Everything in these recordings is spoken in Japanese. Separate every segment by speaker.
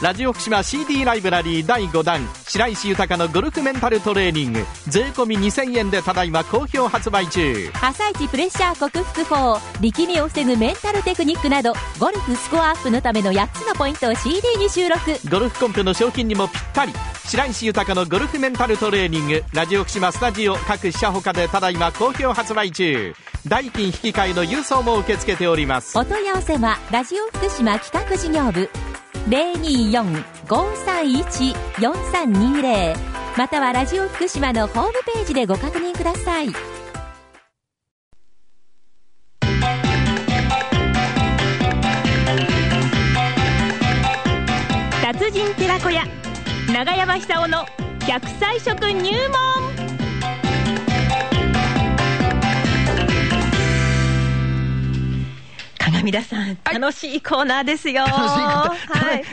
Speaker 1: ラジオ福島 CD ライブラリー第5弾白石豊のゴルフメンタルトレーニング税込み2000円でただいま好評発売中
Speaker 2: 朝一プレッシャー克服法力みを防ぐメンタルテクニックなどゴルフスコアアップのための8つのポイントを CD に収録
Speaker 1: ゴルフコンペの賞金にもぴったり白石豊のゴルフメンタルトレーニングラジオ福島スタジオ各社ほかでただいま好評発売中代金引き換えの郵送も受け付けております
Speaker 2: お問い合わせはラジオ福島企画事業部024-531-4320またはラジオ福島のホームページでご確認ください
Speaker 3: 達人寺子屋長山久夫の百歳食入門鏡田さん、楽しいコーナーですよ。
Speaker 4: 楽しいこと。
Speaker 3: はい。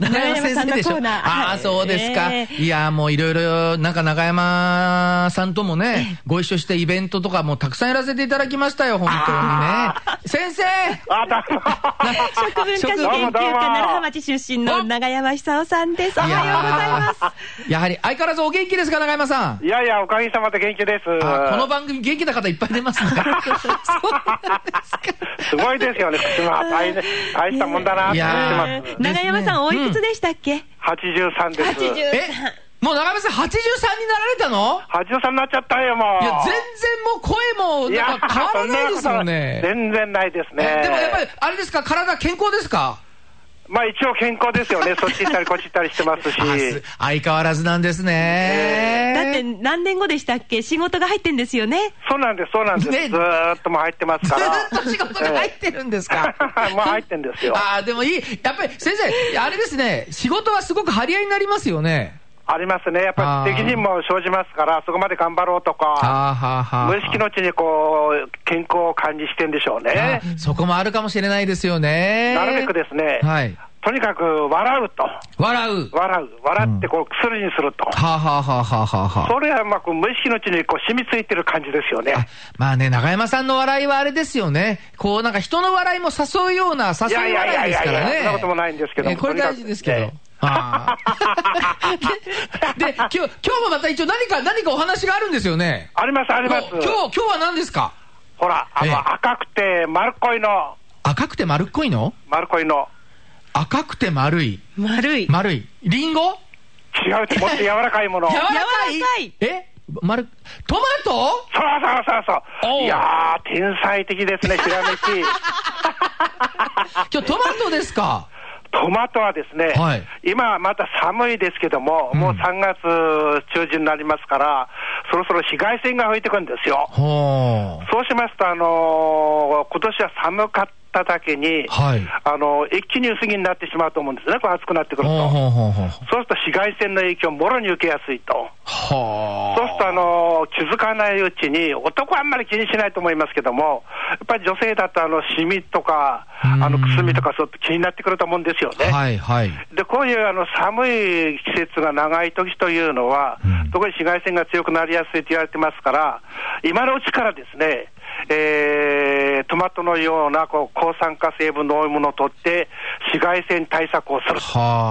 Speaker 4: なな長
Speaker 3: 長
Speaker 4: 山先生でしょ。
Speaker 3: 山さんのコーナー
Speaker 4: あ
Speaker 3: は
Speaker 4: あ、
Speaker 3: い
Speaker 4: そうですか。
Speaker 3: え
Speaker 4: いや、もういろいろ、なんか長山さんともね、ご一緒してイベントとかもたくさんやらせていただきましたよ、本当にね。先生
Speaker 5: あ、だめ。
Speaker 3: 食文化史研
Speaker 5: どう
Speaker 3: 究
Speaker 5: も
Speaker 3: 家
Speaker 5: どうも
Speaker 3: 奈良浜町出身の長山久夫さんです。おはようございます。
Speaker 4: す。やはり、相変わらずお元気ですか、長山さん。
Speaker 5: いやいや、おかげさまで元気です。
Speaker 4: あこの番組元気な方いっぱい 出ますね。そうなんですか。
Speaker 5: すごいで すよね、福島。大変大したもんだなって
Speaker 4: あ
Speaker 5: 思
Speaker 4: ー
Speaker 5: ってます。
Speaker 3: 長山さん、おいくつでしたっけ
Speaker 5: 83です。
Speaker 3: ?83
Speaker 5: 83。
Speaker 4: え、もう長山さん83になられたの
Speaker 5: になっちゃったよ、もう。
Speaker 4: いや、全然もう声も、なんか変わらないですもんね。
Speaker 5: そんなこと全然ないですね
Speaker 4: え。でもやっぱり、あれですか、体健康ですか
Speaker 5: まあ一応健康ですよ ね。そっち行ったりこっち行ったりしてますし。
Speaker 4: あす相変わらずなんですね。
Speaker 3: だって何年後でしたっけ仕事が入ってんですよね。
Speaker 5: そうなんです、そうなんです。
Speaker 4: ね
Speaker 5: ずーっともう入ってますから。
Speaker 4: ずっと仕事に入ってるんですか。
Speaker 5: ええ もう入ってんですよ。
Speaker 4: ああ、でもいい。やっぱり先生、あれですね、仕事はすごく張り合いになりますよね。
Speaker 5: ありますね。やっぱり責任も生じますから、そこまで頑張ろうとか、
Speaker 4: はあはあはあ。
Speaker 5: 無意識のうちにこう、健康を管理してんでしょうね
Speaker 4: あ。ーそこもあるかもしれないですよね。
Speaker 5: なるべくですね、
Speaker 4: はい。
Speaker 5: とにかく笑うと。
Speaker 4: 笑う。
Speaker 5: 笑う。笑ってこう、薬にすると。
Speaker 4: はあはあはあはあはあはあ。
Speaker 5: それはうまく無意識のうちにこう、染みついてる感じですよね。
Speaker 4: あまあね、長山さんの笑いはあれですよね。こう、なんか人の笑いも誘うような、誘い笑いですから
Speaker 5: いやいやいやいや
Speaker 4: ね。
Speaker 5: そんなこともないんですけども
Speaker 4: えこれ大事ですけ
Speaker 5: と
Speaker 4: ど。
Speaker 5: にかくね
Speaker 4: あー でで、今日、今日もまた一応何か、何かお話があるんですよね。
Speaker 5: あります、あります。
Speaker 4: 今日、今日は何ですか
Speaker 5: ほら、あ
Speaker 4: ええ
Speaker 5: の、赤くて丸っこいの、
Speaker 4: 赤くて丸っこいの
Speaker 5: 丸っこいの。
Speaker 4: 赤くて丸い。
Speaker 3: 丸い。
Speaker 4: 丸い。リンゴ
Speaker 5: 違う、もっと柔らかいもの。
Speaker 4: 柔
Speaker 5: そ
Speaker 4: ら
Speaker 5: う
Speaker 4: か
Speaker 3: 柔らか
Speaker 4: い
Speaker 3: い。
Speaker 4: え丸、トマト
Speaker 5: そうそうそ
Speaker 4: おう
Speaker 5: う。いやー、天才的ですね、ひらめ き。
Speaker 4: 今日トマトですか
Speaker 5: トマトはですね、
Speaker 4: はい
Speaker 5: 今また寒いですけども、
Speaker 4: うん
Speaker 5: もう3月中旬になりますから、そろそろ紫外線が吹いてくるんですよ。
Speaker 4: ほ
Speaker 5: そうしますと、あのー今年は寒かっただけに、
Speaker 4: はい
Speaker 5: あのー一気に薄着になってしまうと思うんですね、こう暑くなってく
Speaker 4: う。
Speaker 5: ると。
Speaker 4: ほうほうほうほう。
Speaker 5: そうすると紫外線の影響をもろに受けやすいと。
Speaker 4: は
Speaker 5: そうすると、あのー気づかないうちに、男はあんまり気にしないと思いますけども、やっぱり女性だと、あの、シミとか、
Speaker 4: うん
Speaker 5: あの、くすみとか、そう気になってくると思うんですよね。
Speaker 4: はいはい。
Speaker 5: で、こういうあの寒い季節が長い時というのは、
Speaker 4: うん
Speaker 5: 特に紫外線が強くなりやすいと言われてますから、今のうちからですね、えー、トマトのようなこう抗酸化成分の多いものを取って、紫外線対策をする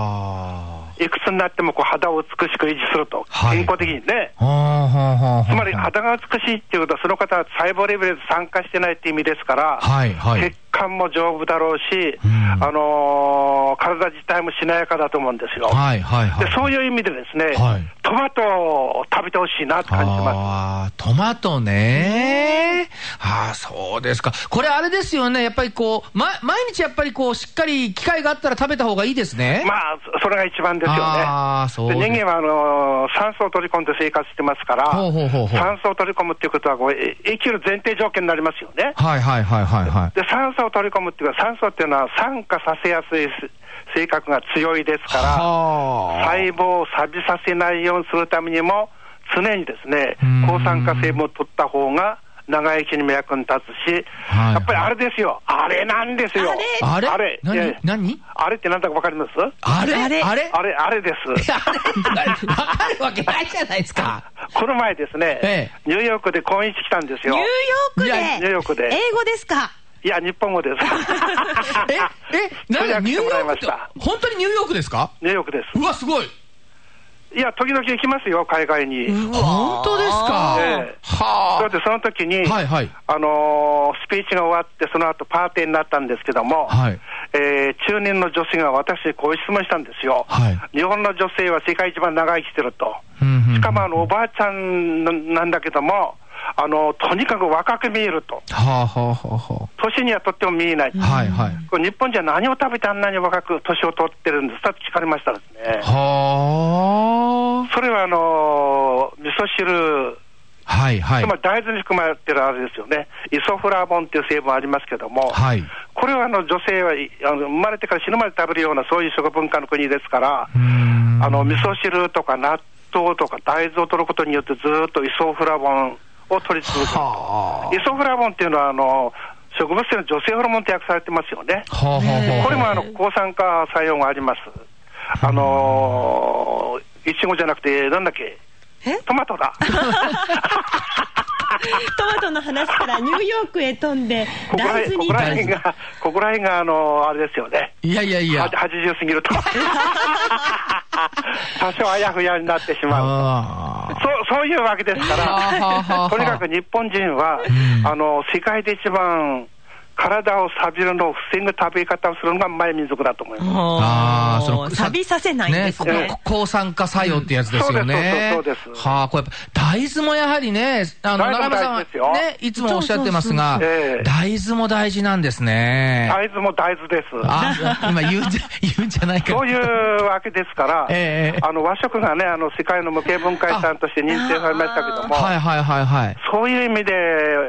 Speaker 4: は
Speaker 5: と。いくつになってもこう肌を美しく維持すると。
Speaker 4: はい
Speaker 5: 健康的にね。
Speaker 4: あ。はあはあはあ。
Speaker 5: つまり肌が美しいっていうことは、その方は細胞レベルで酸化してないって意味ですから、
Speaker 4: はいはい
Speaker 5: 血。管も丈夫だろうし、
Speaker 4: うん
Speaker 5: あのー体自体もしなやかだと思うんですよ。
Speaker 4: はいはいはい。
Speaker 5: でそういう意味でですね、
Speaker 4: はい
Speaker 5: トマトを食べてほしいなと感じてま
Speaker 4: ああ、トマトね。ああ、そうですか。これあれですよね。やっぱりこう、ま、毎日やっぱりこう、しっかり機会があったら食べた方がいいですね
Speaker 5: す。。まあ、そそれが一番ですよね。
Speaker 4: ああ、そう
Speaker 5: で
Speaker 4: です
Speaker 5: 人間はあのー酸素を取り込んで生活してますから、
Speaker 4: ほうほうほうほう
Speaker 5: 酸素を取り込むっていうことはこう、え生きる前提条件になりますよね。
Speaker 4: はいはいはいはいはい。
Speaker 5: で酸素を取り込むっていうのは、酸素っていうのは酸化させやすいす性格が強いですから、
Speaker 4: はあ。
Speaker 5: 細胞を錆びさせないようにするためにも、常にですね
Speaker 4: うん、
Speaker 5: 抗酸化成分を取った方が長生きにも役に立つし、
Speaker 4: はい
Speaker 5: やっぱりあれですよ、あれなんですよ。
Speaker 4: あれ
Speaker 5: あれいやい
Speaker 4: 何
Speaker 5: や
Speaker 4: 何
Speaker 5: あれってなんだかわかります
Speaker 4: あれあ
Speaker 3: あ
Speaker 4: れ
Speaker 3: れ
Speaker 4: あれ
Speaker 5: あれ、あれです。
Speaker 4: わかるわけないじゃないですか。
Speaker 5: この前ですね、
Speaker 4: え
Speaker 5: ニューヨークで婚姻してきたんです
Speaker 3: ニ
Speaker 5: よ
Speaker 3: ュー。ヨークで。
Speaker 4: いや
Speaker 5: ニューヨークで
Speaker 3: 英語ですか。
Speaker 5: いや、日本語 です。
Speaker 4: え、え、なんだ、
Speaker 5: 通訳
Speaker 4: ニュー
Speaker 5: して
Speaker 4: ヨ
Speaker 5: もらい
Speaker 4: ー
Speaker 5: ま
Speaker 4: クっ
Speaker 5: してた、
Speaker 4: 本当にニューヨークですか
Speaker 5: ニューヨークで
Speaker 4: うわ、すごい。
Speaker 5: す。いや、時々行きますよ、海外に。
Speaker 4: 本当ですか
Speaker 5: ええそ
Speaker 4: は
Speaker 5: うでその時に、
Speaker 4: はいはい
Speaker 5: あのースピーチが終わって、その後パーティーになったんですけども、
Speaker 4: はい
Speaker 5: えー中年の女性が私にこう質問したんですよ、
Speaker 4: はい
Speaker 5: 日本の女性は世界一番長生きしてると、
Speaker 4: うんうんうん
Speaker 5: しかもあのおばあちゃんななんだけども、あのとにかく若く見えると、
Speaker 4: あ。はあはあは
Speaker 5: 年にはとっても見えない、
Speaker 4: あはあ。はいはい。
Speaker 5: これ日本じゃ何を食べてあんなに若く年を取ってるんですかって聞かれましたですね。
Speaker 4: は
Speaker 5: それはあのー味噌汁
Speaker 4: あ。はいはい
Speaker 5: つま。り大豆に含まれてるあれですよね、イソフラボンっていう成分ありますけども、
Speaker 4: はい。
Speaker 5: これはあの女性はいあの生まれてから死ぬまで食べるようなそういう食文化の国ですから、
Speaker 4: ん
Speaker 5: あの味噌汁とか納豆とか大豆を取ることによって、ずーっとイソフラボンを取り続ける
Speaker 4: はあ。
Speaker 5: イソフラボンっていうのはあの、植物性の女性ホルモンって訳されてますよね。
Speaker 4: はあはあはあ。
Speaker 5: これもあの抗酸化作用があります。あのー、いちごじゃなくて、なんだっけ
Speaker 6: え
Speaker 5: トマトだ。
Speaker 6: トマトの話からニューヨークへ飛んで、
Speaker 5: ここら
Speaker 6: 大豆に
Speaker 5: 辺ここら
Speaker 6: 大
Speaker 5: 辺
Speaker 6: 豆
Speaker 5: が、ここら辺が、あの、あれですよね。
Speaker 4: いやいやいや
Speaker 5: は。80過 ぎると。多少あやふやになってしまう。
Speaker 4: あ
Speaker 5: そう、そういうわけですか
Speaker 4: あはあはあはあ
Speaker 5: ら、とにかく日本人は、あの、世界で一番、体を錆びるのを防ぐ食べ方をするのがうまい民族だと思います。
Speaker 4: ああ、その、
Speaker 6: 錆びさせないんですね。
Speaker 4: ねここ抗酸化作用ってやつですよね。
Speaker 5: うんそうですそうですそうです
Speaker 4: はあ、これやっぱ、大豆もやはりね、あの、
Speaker 5: 大
Speaker 4: 中
Speaker 5: 豆も
Speaker 4: 山さん
Speaker 5: 大事
Speaker 4: は
Speaker 5: ですよ
Speaker 4: ね、いつもおっしゃってますが
Speaker 5: そうそうそうそうえ、え
Speaker 4: 大豆も大事なんですね。
Speaker 5: 大豆も大豆です。
Speaker 4: あ、今言うんじゃ、 言うんじゃないか。
Speaker 5: そういうわけですか ら、
Speaker 4: ええ
Speaker 5: あの和食がね、あの世界の無形文化遺産として認定されましたけども、
Speaker 4: はいはいはいはい。
Speaker 5: そういう意味で、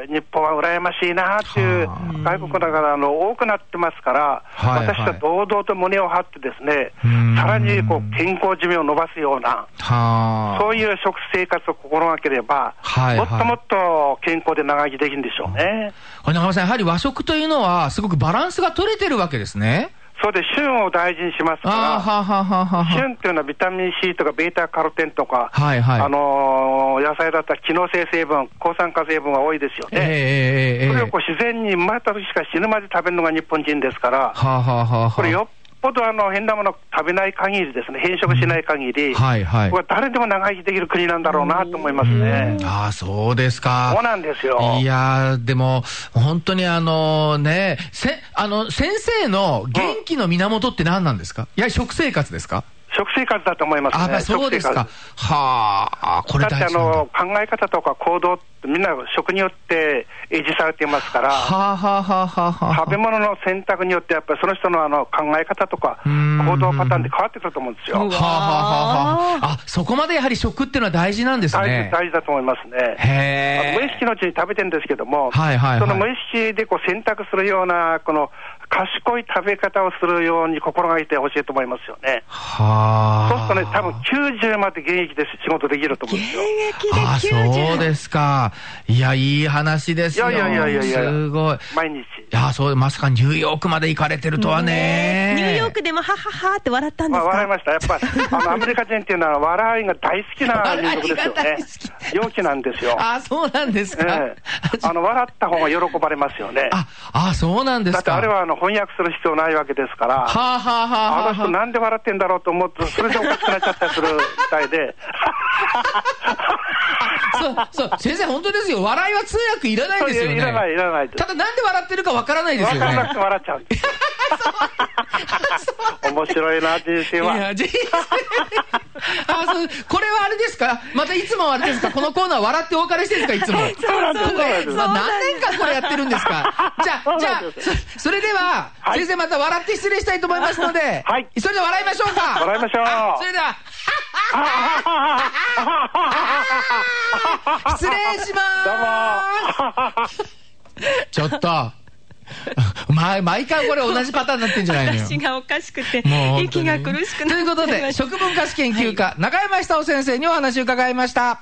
Speaker 5: 日本は羨ましいなっていう
Speaker 4: は、
Speaker 5: 外国だからあの多くなってますから、
Speaker 4: はいはい
Speaker 5: 私は堂々と胸を張って、ですね
Speaker 4: うん
Speaker 5: さらにこう健康寿命を伸ばすような、
Speaker 4: はあ。
Speaker 5: そういう食生活を心がければ、
Speaker 4: はいはい
Speaker 5: もっともっと健康で長生きできるんでしょうね。
Speaker 4: これ中山さん、やはり和食というのは、すごくバランスが取れてるわけですね。
Speaker 5: そうで、旬を大事にします
Speaker 4: ああ、
Speaker 5: か
Speaker 4: はあはあはあはあ
Speaker 5: ら、
Speaker 4: は
Speaker 5: 旬っていうのはビタミン C とかベータカロテンとか、
Speaker 4: はいはい
Speaker 5: あのー野菜だったら機能性成分、抗酸化成分が多いですよ
Speaker 4: ええ
Speaker 5: ね。
Speaker 4: ええええ
Speaker 5: それ
Speaker 4: え
Speaker 5: をこう自然に生まれた時しか死ぬまで食べるのが日本人ですから、
Speaker 4: はあはあはあはあ。
Speaker 5: これ、よっぽどあの変なもの食べない限りですね、変色しない限り、
Speaker 4: はいはい
Speaker 5: これ誰でも長生きできる国なんだろうなと思いますね。
Speaker 4: ああ、そうですか。
Speaker 5: そうなんですよ。
Speaker 4: いやー、でも、本当にあのね、せ、あの、先生の元気の源って何なんですか、いや、食生活ですか
Speaker 5: 食生活だと思いますね。
Speaker 4: あ、まあ、そうですか。はあ、こ
Speaker 5: 食
Speaker 4: れ
Speaker 5: 生活だ
Speaker 4: 大
Speaker 5: って
Speaker 4: 事
Speaker 5: あ
Speaker 4: なんだ。
Speaker 5: の考え方とか行動ってみんな食によって維持されていますから、
Speaker 4: はあ、はあはあはあはあ、
Speaker 5: 食べ物の選択によって、やっぱりその人のあの考え方とか、
Speaker 4: ん
Speaker 5: 行動パターンで変わってくると思うんですよ。
Speaker 4: はあ、はあはあはあ。あ、そこまでやはり食っていうのは大事なんです
Speaker 5: 大事
Speaker 4: ね。
Speaker 5: 大事だと思いますね。あ
Speaker 4: へ
Speaker 5: の
Speaker 4: え。
Speaker 5: 無意識のうちに食べてるんですけども、
Speaker 4: はいはいはい
Speaker 5: その無意識でこう選択するような、この賢い食べ方をするように心がけてほしいと思いますよね。
Speaker 4: はあ。
Speaker 5: そうするとね、多分90まで現役で仕事できると思うんですよ。
Speaker 4: あ、そうですか。いや、いい話ですよ。
Speaker 5: いやいやいやいやいや
Speaker 4: すごい。
Speaker 5: 毎日。
Speaker 4: いや、そう、まさかニューヨークまで行かれてるとはね。
Speaker 6: ニューヨークでもはははって笑ったんで
Speaker 5: ますあ、
Speaker 6: か、
Speaker 5: 笑いました。や っぱ、あの、アメリカ人っていうのは笑いが大好きな民族です
Speaker 4: 笑い
Speaker 5: よ
Speaker 4: が大
Speaker 5: ね
Speaker 4: 好。
Speaker 5: 陽気なんですよ。
Speaker 4: あ、そうなんですか。
Speaker 5: ええあの、笑った方が喜ばれますよね。
Speaker 4: あ、あ、そうなんです
Speaker 5: だって
Speaker 4: か。
Speaker 5: あれはあの翻訳する必要ないわけですから、
Speaker 4: はあ、はあはあは
Speaker 5: あの
Speaker 4: あ
Speaker 5: 人、なんで笑ってんだろうと思って、それでおかしくなっちゃったりするみた いで、
Speaker 4: そう、そう、先生、本当ですよ。笑いは通訳いらないですよね。
Speaker 5: いらない、いらないです
Speaker 4: た。だ、なんで笑ってるかわからないです
Speaker 5: 分
Speaker 4: よ
Speaker 5: からなく
Speaker 4: ね
Speaker 5: て。笑っ ちゃうんですよ。面白いな、人生
Speaker 4: い
Speaker 5: は。
Speaker 4: や、人生。あ、 そう、これはあれですかまたいつもはあれですかこのコーナー笑ってお別れしてるんですかいつも。 そうなんです。これ、
Speaker 5: そう
Speaker 4: まあ何年間これやってるんです かじゃあ、じゃあ、そそれでは、
Speaker 5: い
Speaker 4: 先生また笑って失礼したいと思いますので、
Speaker 5: はい
Speaker 4: それでは笑いましょうか
Speaker 5: 笑いましょう
Speaker 4: あそれで は、失礼しま
Speaker 5: どうも
Speaker 4: ーすちょっと、 ま、毎回これ同じパターンになってんじゃないのよ。
Speaker 6: 私がおかしくて
Speaker 4: もう本当、
Speaker 6: 息
Speaker 4: に
Speaker 6: が苦しくなって
Speaker 4: ということ
Speaker 6: きま
Speaker 4: で、
Speaker 6: した
Speaker 4: 食文化史研究家、中山久夫先生にお話を伺いました。